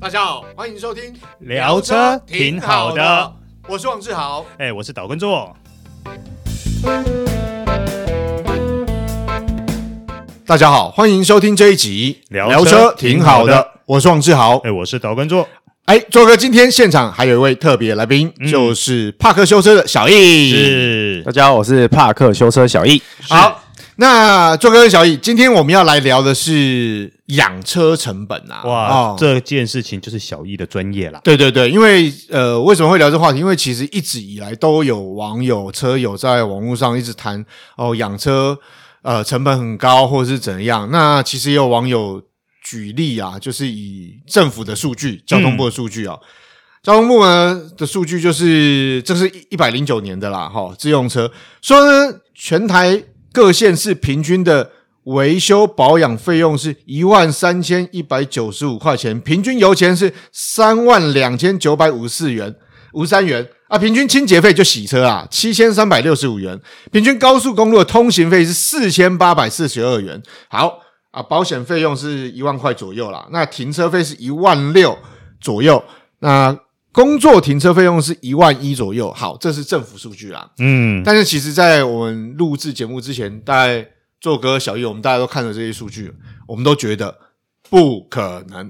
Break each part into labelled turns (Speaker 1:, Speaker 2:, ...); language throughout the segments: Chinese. Speaker 1: 大家好，欢迎收听
Speaker 2: 聊车挺好的，
Speaker 1: 我是王志豪。
Speaker 2: 哎、我是岛根座。
Speaker 1: 大家好，欢迎收听这一集
Speaker 2: 聊
Speaker 1: 车
Speaker 2: 车
Speaker 1: 挺
Speaker 2: 挺
Speaker 1: 好
Speaker 2: 好的
Speaker 1: 的，我是王志豪
Speaker 2: 哎、。我是岛根座。
Speaker 1: 哎，周哥，今天现场还有一位特别来宾，
Speaker 2: 嗯
Speaker 1: 就是帕克修车的小易。
Speaker 2: 是
Speaker 3: 大，家好，我是帕克修车小易。
Speaker 1: 好，那周哥跟小易，今天我们要来聊的是养车成本啊。
Speaker 2: 哇、
Speaker 1: 哦
Speaker 2: 这件事情就是小易的专业啦。
Speaker 1: 对对对，因为呃，为什么会聊这话题？因为其实一直以来都有网友、车友在网络上一直谈哦，养车呃成本很高，或者是怎样。那其实也有网友举例啊，就是以政府的数据、交通部的数据啊、交通部呢的数据就是这是一百零九年的啦，哈、自用车说呢，全台各县市平均的维修保养费用是一万三千一百九十五块钱，平均油钱是三万两千九百五十四元，五三元啊，平均清洁费就洗车啊，七千三百六十五元，平均高速公路的通行费是四千八百四十二元。好啊，保险费用是一万块左右啦，那停车费是一万六左右，那工作停车费用是一万一左右。好，这是政府数据啦。
Speaker 2: 嗯，
Speaker 1: 但是其实，在我们录制节目之前，大概做哥、小易，我们大家都看了这些数据，我们都觉得不可 能，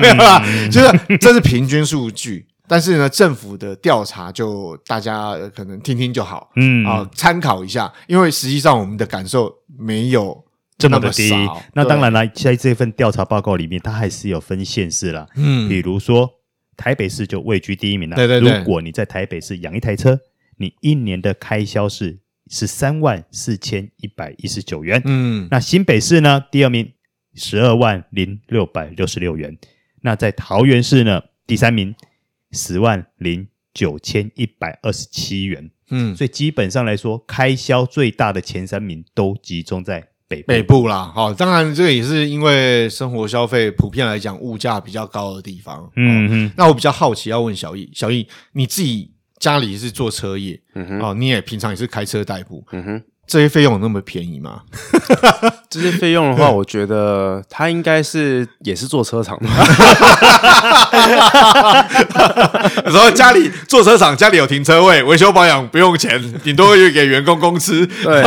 Speaker 1: 没有啦，
Speaker 2: 嗯
Speaker 1: 就是这是平均数据。但是呢，政府的调查就大家呃可能听听就好，
Speaker 2: 嗯
Speaker 1: 啊、参考一下，因为实际上我们的感受没有
Speaker 2: 这么
Speaker 1: 那
Speaker 2: 的低
Speaker 1: 少。
Speaker 2: 那
Speaker 1: 对
Speaker 2: 当，然啦，在这份调查报告里面，它还是有分县市啦。
Speaker 1: 嗯
Speaker 2: 比如说台北市就位居第一名啦。
Speaker 1: 对对对
Speaker 2: 如果你在台北市养一台车，你一年的开销是十三万四千一百一十九元。
Speaker 1: 嗯
Speaker 2: 那新北市呢，第二名十二万零六百六十六元。那在桃园市呢，第三名十万零九千一百二十七元。
Speaker 1: 嗯，
Speaker 2: 所以基本上来说，开销最大的前三名都集中在北部。
Speaker 1: 北部啦，好、当然这个也是因为生活消费普遍来讲物价比较高的地方。哦，
Speaker 2: 嗯哼，
Speaker 1: 那我比较好奇要问小易，小易你自己家里是做车业，
Speaker 3: 嗯哼，
Speaker 1: 哦，你也平常也是开车代步，
Speaker 3: 嗯哼，
Speaker 1: 这些费用有那么便宜吗？
Speaker 3: 这些费用的话，我觉得他应该是也是做车厂的，
Speaker 1: 然后家里做车厂，家里有停车位，维修保养不用钱，顶多就给员工工资。
Speaker 3: 对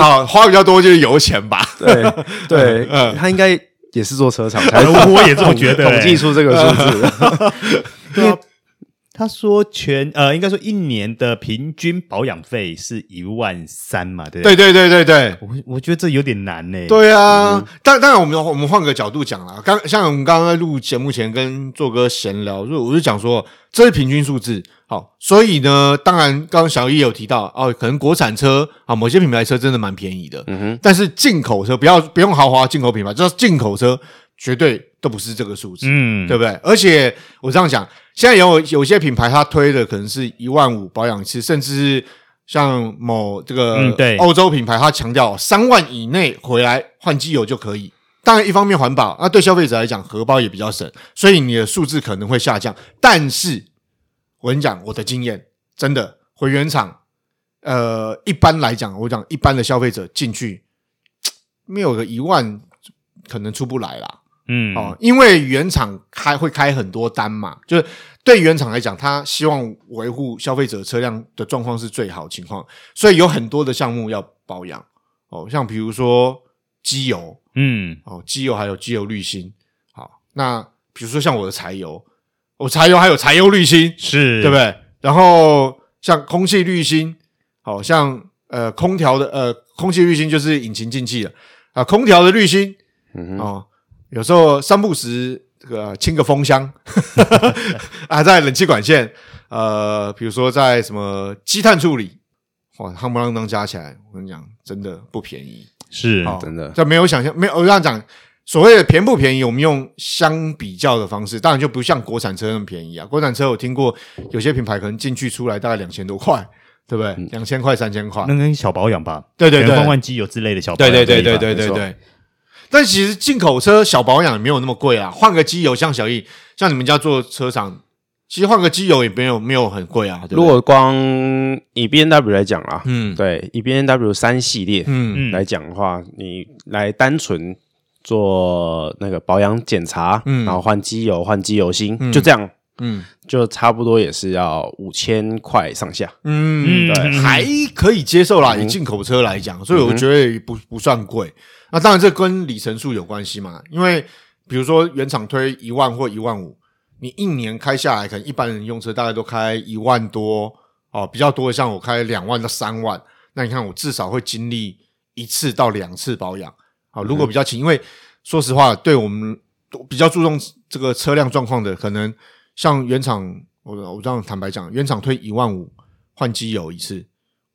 Speaker 1: 好花比较多就是油钱吧。
Speaker 3: 对对
Speaker 1: 嗯，
Speaker 3: 他应该也是做车厂才
Speaker 2: 我也这么觉得
Speaker 3: 统计
Speaker 2: 欸
Speaker 3: 出这个数 字。
Speaker 2: 对啊。他说全呃，应该说一年的平均保养费是一万三嘛，对不对？
Speaker 1: 对对对对对，
Speaker 2: 我我觉得这有点难呢、
Speaker 1: 对啊，但当然我们我们换个角度讲啦，刚像我们刚刚在录节目前跟做哥闲聊，就我就讲说这是平均数字，好，所以呢，当然刚刚小易有提到哦，可能国产车啊，某些品牌车真的蛮便宜的，
Speaker 3: 嗯哼，
Speaker 1: 但是进口车不要不用豪华进口品牌，就是进口车绝对都不是这个数字，
Speaker 2: 嗯，
Speaker 1: 对不对？而且我这样讲，现在有有些品牌它推的可能是一万五保养一次，甚至是像某这个
Speaker 2: 嗯对
Speaker 1: 欧洲品牌，它强调三万以内回来换机油就可以。当然，一方面环保，那对消费者来讲，荷包也比较省，所以你的数字可能会下降。但是，我跟你讲，我的经验真的回原厂，呃，一般来讲，我讲一般的消费者进去，没有个一万，可能出不来啦。
Speaker 2: 嗯，
Speaker 1: 哦，因为原厂开会开很多单嘛，就是对原厂来讲，他希望维护消费者车辆的状况是最好情况，所以有很多的项目要保养哦，像比如说机油
Speaker 2: 嗯，
Speaker 1: 哦，机油还有机油滤芯，好，那比如说像我的柴油，我柴油还有柴油滤芯，
Speaker 2: 是，
Speaker 1: 对不？对？然后像空气滤芯，好、像呃空调的呃空气滤芯就是引擎进气的啊，空调的滤芯，
Speaker 3: 嗯
Speaker 1: 哦，有时候三不时这个清个风箱 啊，在冷气管线，呃，比如说在什么积碳处理，哇，夯不啷当加起来，我跟你讲，真的不便宜。
Speaker 2: 是，
Speaker 1: 好
Speaker 3: 真的
Speaker 1: 这没有想象，没有我这样讲，所谓的便不便宜，我们用相比较的方式，当然就不像国产车那么便宜啊。国产车我听过有些品牌可能进去出来大概两千多块，对不对？
Speaker 3: 嗯
Speaker 1: 两千块、三千块，
Speaker 2: 那跟小保养吧，
Speaker 1: 对对对
Speaker 2: 可能换换机油之类的小保养可以吧，
Speaker 3: 没错
Speaker 1: 对。但其实进口车小保养也没有那么贵啊，换个机油，像小易，像你们家做车厂，其实换个机油也没有没有很贵啊。对不对
Speaker 3: 如果光以 B N W 来讲啦，
Speaker 1: 嗯
Speaker 3: 对，以 B N W 三系列
Speaker 1: 嗯
Speaker 2: 嗯
Speaker 3: 来讲的话，你来单纯做那个保养检查，
Speaker 1: 嗯
Speaker 3: 然后换机油、换机油芯，
Speaker 1: 嗯
Speaker 3: 就这样，
Speaker 1: 嗯
Speaker 3: 就差不多也是要五千块上下。
Speaker 1: 嗯，
Speaker 2: 嗯
Speaker 1: 对，
Speaker 2: 对
Speaker 1: 还可以接受啦，以进口车来讲，所以我觉得也不不算贵。那当然这跟里程数有关系嘛，因为比如说原厂推一万或一万五，你一年开下来，可能一般人用车大概都开一万多哦，比较多的像我开两万到三万，那你看我至少会经历一次到两次保养。好，如果比较勤，因为说实话，对我们比较注重这个车辆状况的，可能像原厂，我我这样坦白讲，原厂推一万五换机油一次，嗯，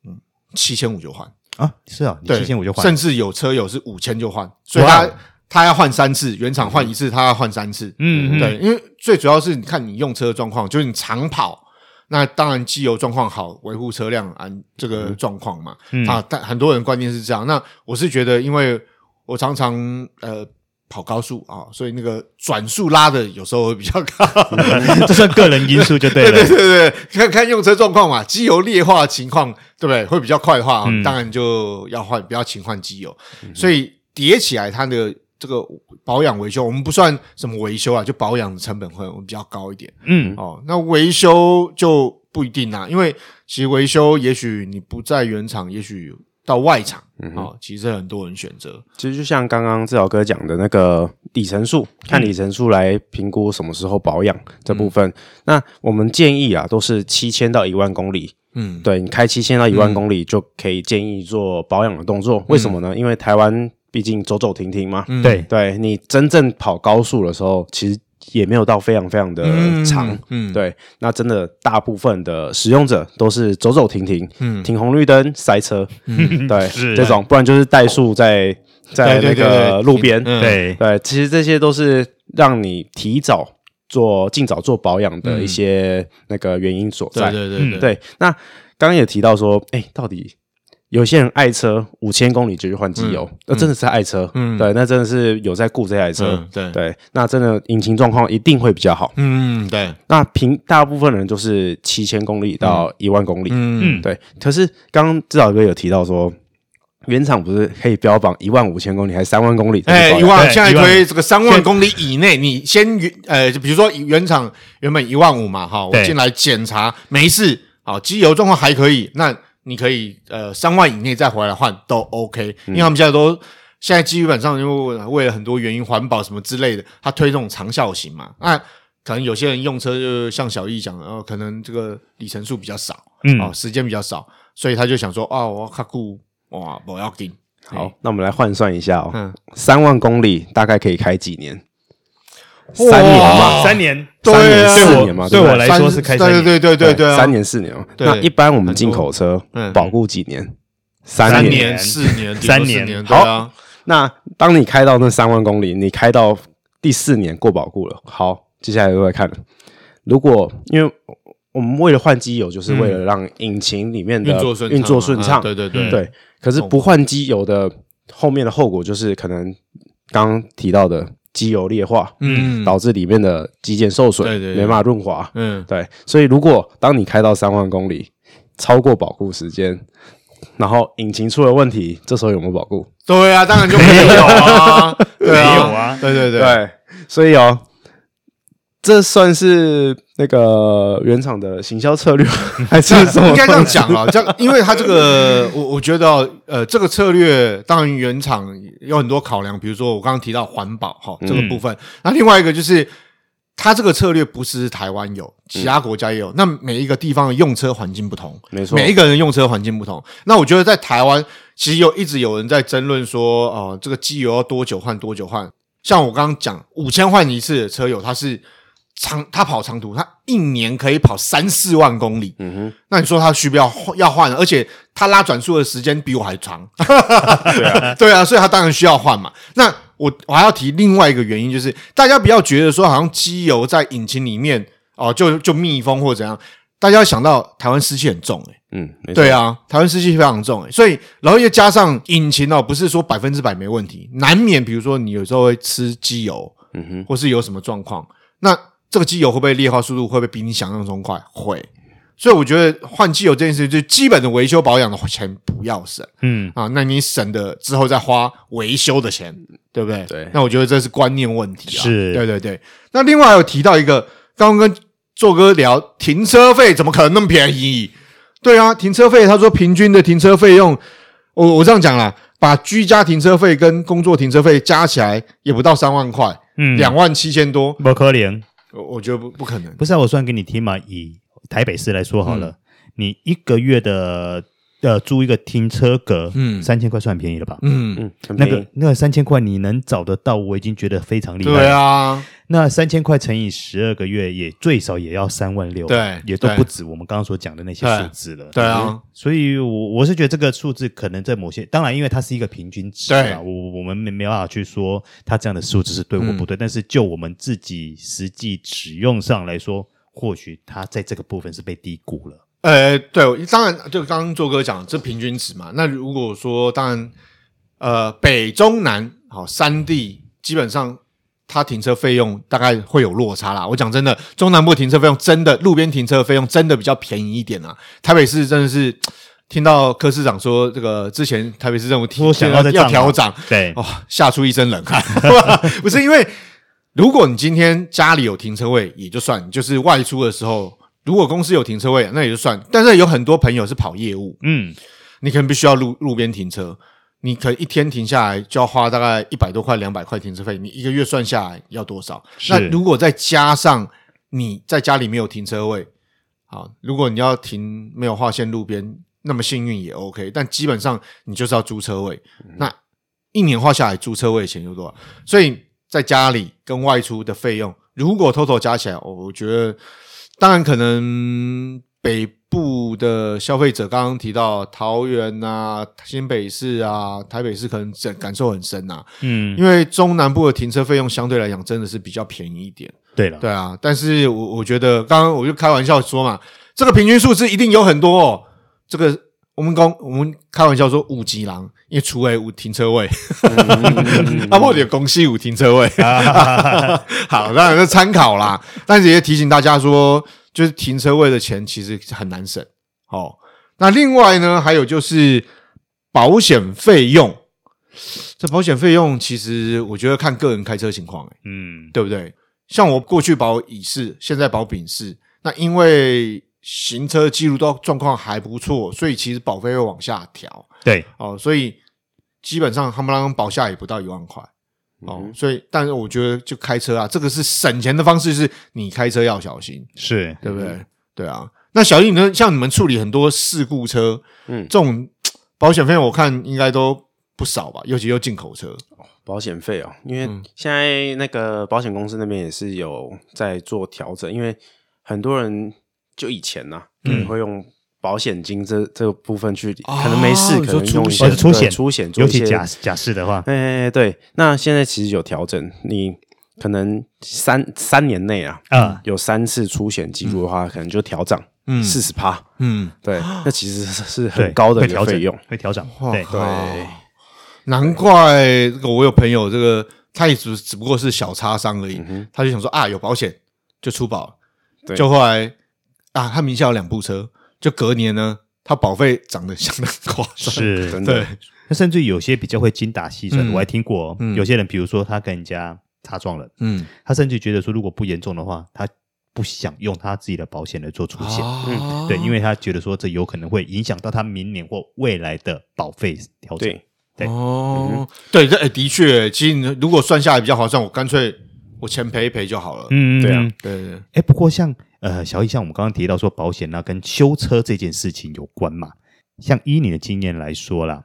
Speaker 1: 七千五就换，
Speaker 2: 啊，是啊，你
Speaker 1: 对，
Speaker 2: 七千五就换
Speaker 1: 甚，至有车友是五千就换，所以他
Speaker 2: 哇
Speaker 1: 他要换三次，原厂换一次，他要换三次，
Speaker 2: 嗯，嗯
Speaker 1: 对，，因为最主要是你看你用车的状况，就是你长跑。那当然，机油状况好，维护车辆安这个状况嘛。
Speaker 2: 嗯
Speaker 1: 啊，但很多人观念是这样。那我是觉得，因为我常常呃跑高速啊，所以那个转速拉的有时候会比较高。
Speaker 2: 这算个人因素就对
Speaker 1: 对对
Speaker 2: 了。
Speaker 1: 对对，看看用车状况嘛，机油劣化的情况，对不对？会比较快的话，
Speaker 2: 嗯
Speaker 1: 当然就要换，不要勤换机油。所以叠起来，它的这个保养维修，我们不算什么维修啊，就保养的成本会比较高一点。
Speaker 2: 嗯，
Speaker 1: 哦，那维修就不一定啦，因为其实维修也许你不在原厂，也许到外厂，哦，其实很多人选择。
Speaker 3: 其实就像刚刚志豪哥讲的那个里程数，
Speaker 1: 嗯
Speaker 3: 看里程数来评估什么时候保养这部
Speaker 1: 嗯
Speaker 3: 分。那我们建议啊，都是七千到一万公里。
Speaker 1: 嗯，
Speaker 3: 对你开七千到一万公里就可以建议做保养的动作。为什么呢？因为台湾毕竟走走停停嘛。
Speaker 1: 嗯
Speaker 2: 对，
Speaker 3: 对你真正跑高速的时候，其实也没有到非常非常的长。
Speaker 1: 嗯，
Speaker 3: 呃对，那真的大部分的使用者都是走走停停，
Speaker 1: 嗯
Speaker 3: 停红绿灯塞车，对，
Speaker 2: 是啊
Speaker 3: 这种，不然就是怠速在在
Speaker 1: 对对
Speaker 3: 那
Speaker 1: 对
Speaker 3: 个
Speaker 1: 对
Speaker 3: 路边，
Speaker 1: 嗯
Speaker 2: 对，
Speaker 3: 对，其实这些都是让你提早做尽早做保养的一些那个原因所在
Speaker 1: 嗯对。对对
Speaker 2: 嗯
Speaker 1: 对，
Speaker 3: 对，那刚刚也提到说，哎、到底有些人爱车，五千公里就去换机油，那、真的是爱车，
Speaker 1: 嗯
Speaker 3: 对，那真的是有在顾这台车，
Speaker 1: 嗯对
Speaker 3: 对，那真的引擎状况一定会比较好。
Speaker 1: 嗯对，
Speaker 3: 那平大部分人就是七千公里到一万公里，
Speaker 1: 嗯
Speaker 2: 嗯
Speaker 3: 对。可是刚刚志豪哥有提到说，原厂不是可以标榜一万五千公里还是三万公里？
Speaker 1: 哎，一万，
Speaker 2: 对
Speaker 1: 现在
Speaker 2: 一万
Speaker 1: 推这个三万公里以内，你先原呃，就比如说以原厂原本一万五嘛，哈，我
Speaker 2: 对
Speaker 1: 进来检查没事，好，机油状况还可以，那你可以呃三万以内再回来换都 OK，因
Speaker 3: 嗯
Speaker 1: 为他们现在都。现在基本上就为了很多原因，环保什么之类的，他推这种长效型嘛。那可能有些人用车就像小易讲的，呃，可能这个里程数比较少，
Speaker 2: 嗯
Speaker 1: 哦，时间比较少，所以他就想说，啊，我要卡固，哇，我要给
Speaker 3: 好，那我们来换算一下哦
Speaker 1: 嗯，
Speaker 3: 三万公里大概可以开几年？三年嘛，
Speaker 1: 哇
Speaker 2: 三年，
Speaker 1: 对
Speaker 3: 三年
Speaker 1: 啊
Speaker 3: 四年嘛，
Speaker 2: 对
Speaker 3: 不
Speaker 2: 我来说是开三
Speaker 1: 对
Speaker 2: 年
Speaker 1: 对对对对啊，
Speaker 3: 三年四年嘛。
Speaker 1: 对
Speaker 3: 那一般我们进口车
Speaker 1: 嗯
Speaker 3: 保固几年？
Speaker 1: 三
Speaker 3: 三
Speaker 1: 年、
Speaker 2: 年
Speaker 1: 四年、顶多
Speaker 2: 三
Speaker 1: 四
Speaker 2: 年
Speaker 1: 年，对啊，
Speaker 3: 那当你开到那三万公里，你开到第四年过保固了，好，接下来就来看了。如果因为我们为了换机油，就是为了让引擎里面的
Speaker 1: 运作顺
Speaker 3: 运作顺畅，
Speaker 1: 啊对对对
Speaker 2: 嗯
Speaker 3: 对。可是不换机油的后面的后果就是可能刚刚提到的机油劣化，
Speaker 1: 嗯
Speaker 3: 导致里面的机件受损，
Speaker 1: 对对对
Speaker 3: 没办法润滑，
Speaker 1: 嗯，
Speaker 3: 对。所以如果当你开到三万公里，超过保固时间，然后引擎出了问题，这时候有没有保固？
Speaker 1: 对啊，当然就没有啊，对啊，
Speaker 2: 没有啊
Speaker 1: 对对对，
Speaker 3: 对，所以哦，这算是那个原厂的行销策略， 还是什么？
Speaker 1: 应该这样讲啊，这样，因为他这个， 我我觉得哦，呃，这个策略当然原厂有很多考量，比如说我刚刚提到环保哈、这个
Speaker 2: 嗯
Speaker 1: 部分，那、另外一个就是他这个策略不是台湾有，其他国家也有，那每一个地方的用车环境不同，
Speaker 3: 没错
Speaker 1: 每一个人用车环境不同。那我觉得在台湾其实有一直有人在争论说，哦、这个机油要多久换，多久换。像我刚刚讲，五千换一次的车友，他是长，他跑长途，他一年可以跑三四万公里。嗯哼，那你说他需不要要换？而且他拉转速的时间比我还长。对啊， 对啊，所以他当然需要换嘛。那我我还要提另外一个原因，就是大家不要觉得说好像机油在引擎里面哦、就就密封或怎样，大家要想到台湾湿气很重、欸，
Speaker 3: 嗯，没错
Speaker 1: 对啊，台湾湿气非常重、欸，所以然后又加上引擎哦，不是说百分之百没问题，难免比如说你有时候会吃机油，
Speaker 3: 嗯哼，
Speaker 1: 或是有什么状况，那这个机油会不会裂化速度会不会比你想象中快？会，所以我觉得换机油这件事，就基本的维修保养的钱不要省
Speaker 2: 嗯，
Speaker 1: 啊，那你省的之后再花维修的钱，对不对？
Speaker 3: 对
Speaker 1: 那我觉得这是观念问题啊。
Speaker 2: 是
Speaker 1: 对对对。那另外有提到一个，刚刚跟做哥聊停车费怎么可能那么便宜？对啊，停车费他说平均的停车费用，我我这样讲啦，把居家停车费跟工作停车费加起来也不到三万块，
Speaker 2: 嗯
Speaker 1: 两、万七千多，
Speaker 2: 不可能，
Speaker 1: 我我觉得不不可能。
Speaker 2: 不是、啊、我算给你听嘛，以台北市来说好
Speaker 1: 嗯
Speaker 2: 了，你一个月的呃租一个停车格，
Speaker 1: 嗯
Speaker 2: 嗯，三千块算很便宜了吧？
Speaker 1: 嗯，
Speaker 3: 嗯，很
Speaker 2: 那
Speaker 3: 便宜
Speaker 2: 个那个三千块你能找得到，我已经觉得非常厉害。
Speaker 1: 对，啊，
Speaker 2: 那三千块乘以十二个月，也最少也要三万六，啊
Speaker 1: 对
Speaker 2: 也都
Speaker 1: 对
Speaker 2: 不止我们刚刚所讲的那些
Speaker 1: 对
Speaker 2: 数字了。
Speaker 1: 对啊，
Speaker 2: 所以我，我是觉得这个数字可能在某些，当然，因为它是一个平均值
Speaker 1: 对
Speaker 2: 啊，我我们没没办法去说它这样的数字是对或不对，但是就我们自己实际使用上来说，或许它在这个部分是被低估了。
Speaker 1: 呃，对，当然，就刚刚做哥讲，这平均值嘛。那如果说，当然，呃，北中南好、山地，基本上它停车费用大概会有落差啦。我讲真的，中南部停车费用真的，路边停车费用真的比较便宜一点啊。台北市真的是听到柯市长说，这个之前台北市政府提
Speaker 2: 说想要再
Speaker 1: 要
Speaker 2: 涨啊
Speaker 1: 调
Speaker 2: 嘛
Speaker 1: 涨，
Speaker 2: 对，
Speaker 1: 哦，吓出一身冷汗。 不是因为，如果你今天家里有停车位也就算，你就是外出的时候，如果公司有停车位那也就算。但是有很多朋友是跑业务，
Speaker 2: 嗯，
Speaker 1: 你可能必须要路路边停车，你可能一天停下来就要花大概一百多块、两百块停车费，你一个月算下来要多少？
Speaker 2: 是
Speaker 1: 那如果再加上你在家里没有停车位，好，如果你要停没有划线路边，那么幸运也 OK，但基本上你就是要租车位，那一年花下来租车位的钱有多少？所以在家里跟外出的费用，如果 total 加起来，我我觉得当然可能北部的消费者刚刚提到桃园啊、新北市啊、台北市，可能整感受很深啊，
Speaker 2: 嗯，
Speaker 1: 因为中南部的停车费用相对来讲真的是比较便宜一点。
Speaker 2: 对了，
Speaker 1: 对啊，但是我我觉得刚刚我就开玩笑说嘛，这个平均数字一定有很多哦。这个我们公我们开玩笑说五级狼，因为除为五停车位，
Speaker 3: 啊
Speaker 1: 阿
Speaker 3: 嗯
Speaker 1: 莫有公西五停车位。 好，当然是参考啦，但是也提醒大家说，就是停车位的钱其实很难省。哦，那另外呢，还有就是保险费用。这保险费用其实我觉得看个人开车情况、欸，
Speaker 2: 嗯，
Speaker 1: 对不对？像我过去保乙式，现在保丙式，那因为行车记录都状况还不错，所以其实保费会往下调
Speaker 2: 对，
Speaker 1: 哦，所以基本上他们让保下也不到一万块哦，
Speaker 3: 嗯
Speaker 1: 所以但是我觉得就开车啊，这个是省钱的方式，是你开车要小心，
Speaker 2: 是，
Speaker 1: 对不
Speaker 3: 嗯
Speaker 1: 对？对啊，那小易，你们像你们处理很多事故车，嗯
Speaker 3: 嗯，
Speaker 1: 这种保险费用我看应该都不少吧，尤其又进口车，
Speaker 3: 保险费哦，因为现在那个保险公司那边也是有在做调整，因为很多人就以前呐、
Speaker 2: 嗯
Speaker 3: 也会用保险金这这个部分去，
Speaker 1: 哦
Speaker 3: 可能没事，
Speaker 1: 你
Speaker 3: 可
Speaker 1: 说
Speaker 3: 能用
Speaker 1: 出
Speaker 3: 一
Speaker 1: 险
Speaker 3: 些
Speaker 2: 哦出险
Speaker 3: 对出险，做
Speaker 2: 尤
Speaker 3: 一些
Speaker 2: 其假假释的话，
Speaker 3: 哎、对，那现在其实有调整，你可能三三年内啊，
Speaker 2: 啊
Speaker 3: 有三次出险记录的话，可能就调涨
Speaker 1: 嗯
Speaker 3: 四十趴，
Speaker 1: 嗯，
Speaker 3: 对，那其实是是
Speaker 2: 对
Speaker 3: 很高的
Speaker 2: 会
Speaker 3: 一个
Speaker 2: 调
Speaker 3: 费用
Speaker 2: 整，，会调整，
Speaker 1: 哇
Speaker 2: 对，
Speaker 1: 靠难怪这个我有朋友，这个他也只只不过是小擦伤而已，
Speaker 2: 嗯
Speaker 1: 他就想说啊有保险就出保了，
Speaker 3: 对
Speaker 1: 就后来啊他名下有两部车，就隔年呢他保费涨得相当夸张，
Speaker 2: 是，
Speaker 3: 真的
Speaker 1: 对，
Speaker 2: 那甚至有些比较会精打细算，
Speaker 1: 嗯
Speaker 2: 我还听过、哦
Speaker 1: 嗯
Speaker 2: 有些人，比如说他跟人家擦撞了，
Speaker 1: 嗯，
Speaker 2: 他甚至觉得说，如果不严重的话，他不想用他自己的保险来做出险，
Speaker 1: 嗯
Speaker 2: 对，因为他觉得说这有可能会影响到他明年或未来的保费调整
Speaker 3: 对。，
Speaker 2: 对
Speaker 1: 哦，对，这、哎的确，其实你如果算下来比较划算，我干脆我钱赔一赔就好了，
Speaker 2: 嗯
Speaker 3: 对啊
Speaker 2: 哎、
Speaker 1: 对对对，
Speaker 2: 诶不过像呃小易，像我们刚刚提到说保险啊跟修车这件事情有关嘛，像依你的经验来说啦，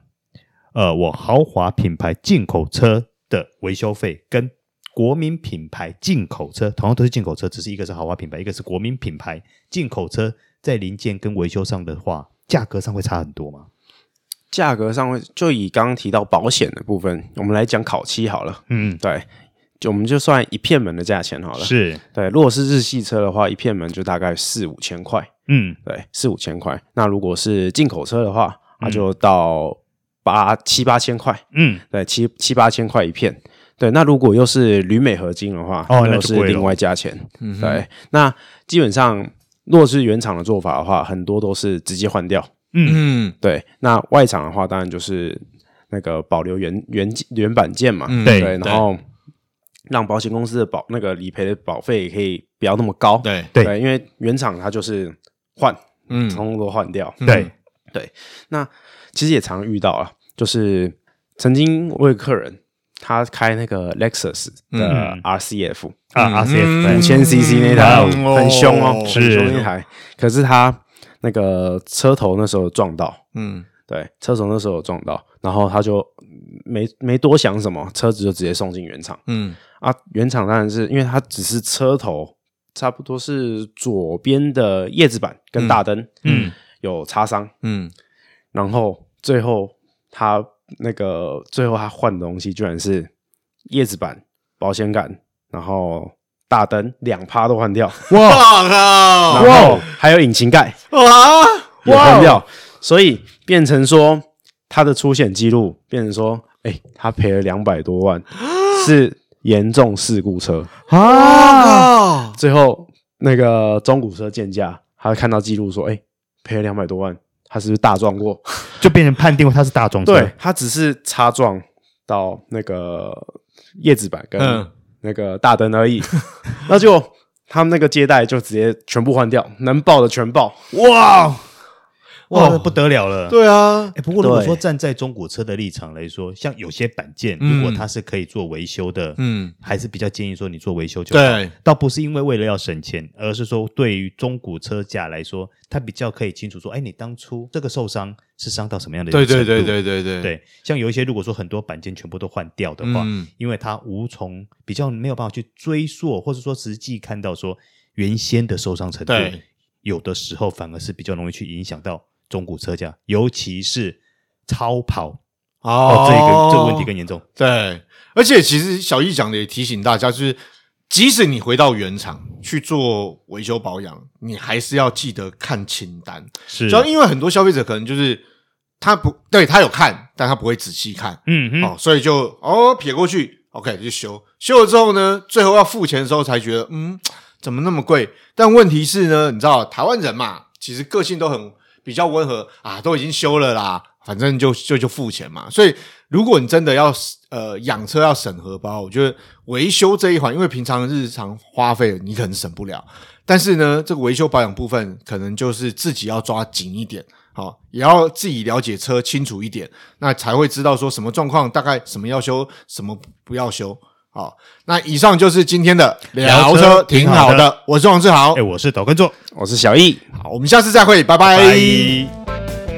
Speaker 2: 呃，我豪华品牌进口车的维修费跟国民品牌进口车，同样都是进口车，只是一个是豪华品牌，一个是国民品牌。进口车在零件跟维修上的话，价格上会差很多吗？
Speaker 3: 价格上会就以刚刚提到保险的部分，我们来讲烤漆好了，
Speaker 2: 嗯，
Speaker 3: 对，就我们就算一片门的价钱好了，
Speaker 2: 是，
Speaker 3: 对，如果是日系车的话，一片门就大概四五千块，
Speaker 2: 嗯，
Speaker 3: 对，四五千块。那如果是进口车的话，那就到八七八千块，
Speaker 2: 嗯，
Speaker 3: 对，七七八千块一片。对，那如果又是铝镁合金的话，
Speaker 2: 哦那
Speaker 3: 又
Speaker 2: 就是贵了
Speaker 3: 另外价钱。
Speaker 1: 嗯哼
Speaker 3: 对，那基本上如果是原厂的做法的话，很多都是直接换掉。
Speaker 1: 嗯
Speaker 3: 对，那外厂的话，当然就是那个保留原原原版件嘛，
Speaker 1: 嗯
Speaker 2: 对
Speaker 3: 对，然后让保险公司的保那个理赔的保费也可以不要那么高，
Speaker 1: 对，
Speaker 2: 对
Speaker 3: 因为原厂它就是换，
Speaker 1: 嗯
Speaker 3: 通通都换掉。
Speaker 2: 对，
Speaker 3: 其实也常遇到啊，就是曾经我有个客人，他开那个 Lexus 的
Speaker 2: 嗯
Speaker 3: RCF
Speaker 2: 啊，RCF 对
Speaker 3: 五千 CC 那台
Speaker 2: 哇
Speaker 1: 哦
Speaker 3: 很凶哦，
Speaker 2: 是
Speaker 3: 很凶那台，可是他那个车头那时候撞到，
Speaker 1: 嗯
Speaker 3: 对，车手那时候有撞到，然后他就嗯没没多想什么，车子就直接送进原厂
Speaker 1: 嗯
Speaker 3: 啊。原厂当然是因为它只是车头，差不多是左边的叶子板跟大灯，
Speaker 2: 嗯嗯，
Speaker 3: 有擦伤，
Speaker 1: 嗯，
Speaker 3: 然后最后他那个最后他换的东西居然是叶子板、保险杆，然后大灯两趴都换掉，
Speaker 2: 哇，
Speaker 1: 哇靠，
Speaker 3: 然后还有引擎盖
Speaker 1: 哇，
Speaker 3: 也换掉，所以变成说他的出险记录变成说，哎、他赔了两百多万，是严重事故车。
Speaker 2: 啊，
Speaker 1: 啊，
Speaker 3: 最后那个中古车鉴价，他看到记录说，哎、赔了两百多万，他是不是大撞过？
Speaker 2: 就变成判定为他是大众车，
Speaker 3: 对，他只是擦撞到那个叶子板跟
Speaker 1: 嗯
Speaker 3: 那个大灯而 已，那就。他们那个接待就直接全部换掉，能报的全报。
Speaker 2: 哇哇，
Speaker 1: 哇
Speaker 2: 那不得了了。
Speaker 1: 对啊，
Speaker 2: 哎，不过如果
Speaker 3: 对
Speaker 2: 说站在中古车的立场来说，像有些板件，
Speaker 1: 嗯
Speaker 2: 如果它是可以做维修的，
Speaker 1: 嗯，
Speaker 2: 还是比较建议说你做维修就好。
Speaker 1: 对，
Speaker 2: 倒不是因为为了要省钱，而是说对于中古车价来说，它比较可以清楚说，哎，你当初这个受伤是伤到什么样的
Speaker 1: 对
Speaker 2: 程
Speaker 1: 对
Speaker 2: 度
Speaker 1: 对对对对，
Speaker 2: 对，像有一些如果说很多板件全部都换掉的话，
Speaker 1: 嗯
Speaker 2: 因为它无从比较没有办法去追溯，或者说实际看到说原先的受伤程度
Speaker 1: 对，
Speaker 2: 有的时候反而是比较容易去影响到中古车价，尤其是超跑哦，这个这个问题更严重。
Speaker 1: 对，而且其实小易讲的也提醒大家，就是即使你回到原厂去做维修保养，你还是要记得看清单，
Speaker 2: 是
Speaker 1: 主要因为很多消费者可能就是他不对他有看，但他不会仔细看，
Speaker 2: 嗯哼，
Speaker 1: 哦，所以就哦撇过去，OK 就修，修了之后呢，最后要付钱的时候才觉得，嗯，怎么那么贵？但问题是呢，你知道台湾人嘛，其实个性都很比较温和啊，都已经修了啦，反正就就就付钱嘛。所以如果你真的要呃养车要省荷包，我觉得维修这一环，因为平常日常花费你可能省不了，但是呢，这个维修保养部分可能就是自己要抓紧一点。好、也要自己了解车清楚一点，那才会知道说什么状况，大概什么要修，什么不要修。好，那以上就是今天的
Speaker 2: 聊
Speaker 1: 聊
Speaker 2: 车
Speaker 1: 车，
Speaker 2: 挺
Speaker 1: 挺
Speaker 2: 好
Speaker 1: 好
Speaker 2: 的
Speaker 1: 的。我是王志豪
Speaker 2: 哎、，我是导观众，
Speaker 3: 我是小易，
Speaker 1: 好，我们下次再会，拜拜。
Speaker 2: 拜。